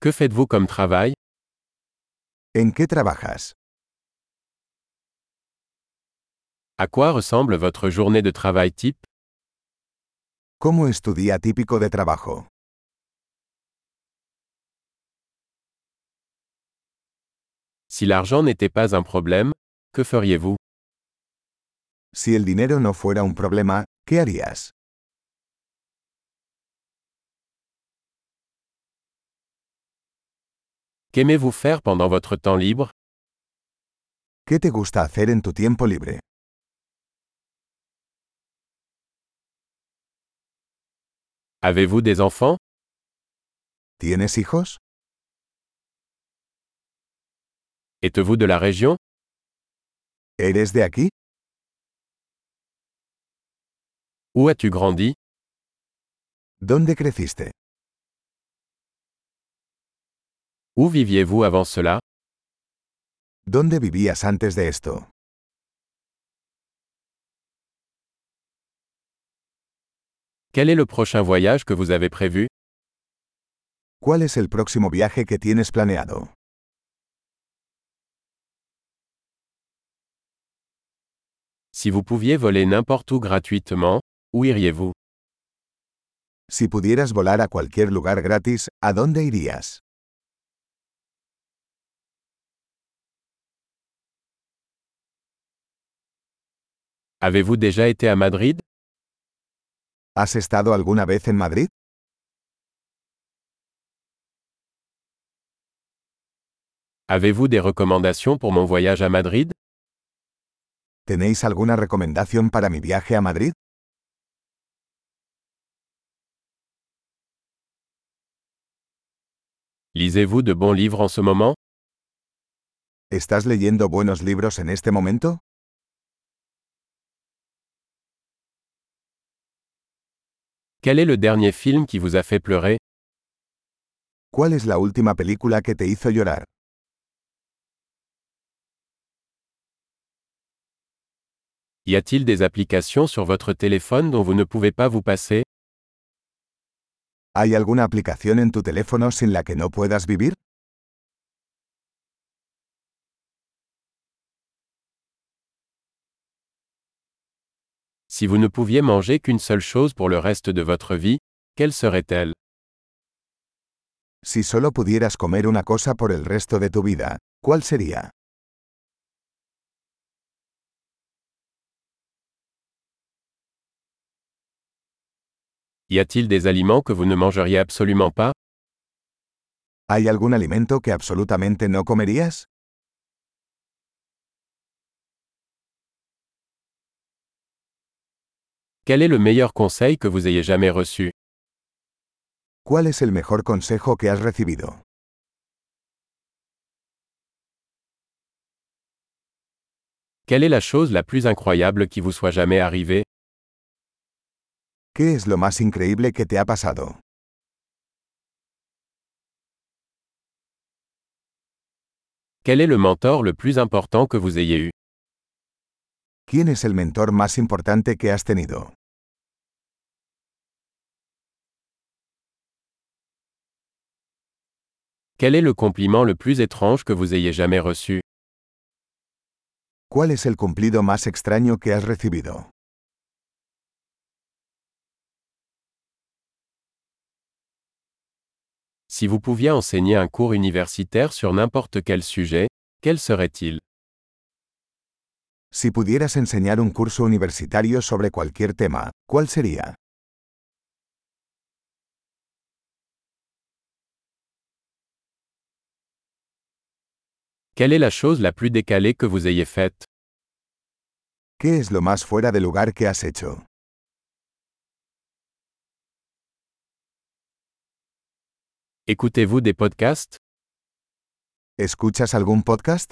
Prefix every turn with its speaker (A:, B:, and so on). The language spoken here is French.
A: Que faites-vous comme travail
B: ¿En qué trabajas?
A: À quoi ressemble votre journée de travail type
B: ¿Cómo es tu día típico de trabajo?
A: Si l'argent n'était pas un problème, que feriez-vous
B: Si el dinero no fuera un problema, ¿qué harías?
A: Qu'aimez-vous faire pendant votre temps libre
B: ¿Qué te gusta hacer en tu tiempo libre?
A: Avez-vous des enfants
B: ¿Tienes hijos?
A: Êtes-vous de la région
B: ¿Eres de aquí?
A: Où as-tu grandi
B: ¿Dónde creciste?
A: Où viviez-vous avant cela
B: ¿Dónde vivías antes de esto?
A: Quel est le prochain voyage que vous avez prévu
B: ¿Cuál es el próximo viaje que tienes planeado?
A: Si vous pouviez voler n'importe où gratuitement, où iriez-vous
B: Si pudieras volar a cualquier lugar gratis, ¿a dónde irías?
A: Avez-vous déjà été à Madrid
B: ¿Has estado alguna vez en Madrid?
A: Avez-vous des recommandations pour mon voyage à Madrid
B: ¿Tenéis alguna recomendación para mi viaje a Madrid?
A: Lisez-vous de bons livres en ce moment
B: ¿Estás leyendo buenos libros en este momento?
A: Quel est le dernier film qui vous a fait pleurer
B: ¿Cuál es la última película que te hizo llorar?
A: Y a-t-il des applications sur votre téléphone dont vous ne pouvez pas vous passer
B: ¿Hay alguna aplicación en tu teléfono sin la que no puedas vivir?
A: Si vous ne pouviez manger qu'une seule chose pour le reste de votre vie, quelle serait-elle
B: Si solo pudieras comer una cosa por el resto de tu vida, ¿cuál sería?
A: Y a-t-il des aliments que vous ne mangeriez absolument pas
B: ¿Hay algún alimento que absolutamente no comerías?
A: Quel est le meilleur conseil que vous ayez jamais reçu
B: ¿Cuál es el mejor consejo que has recibido?
A: Quelle est la chose la plus incroyable qui vous soit jamais arrivée
B: ¿Qué es lo más increíble que te ha pasado?
A: Quel est le mentor le plus important que vous ayez eu
B: ¿Quién es el mentor más importante que has tenido?
A: Quel est le compliment le plus étrange que vous ayez jamais reçu
B: ¿Cuál es el cumplido más extraño que has recibido?
A: Si vous pouviez enseigner un cours universitaire sur n'importe quel sujet, quel serait-il
B: Si pudieras enseñar un curso universitario sobre cualquier tema, ¿cuál sería?
A: Quelle est la chose la plus décalée que vous ayez faite
B: ¿Qué es lo más fuera de lugar que has hecho?
A: Écoutez-vous des podcasts
B: ¿Escuchas algún podcast?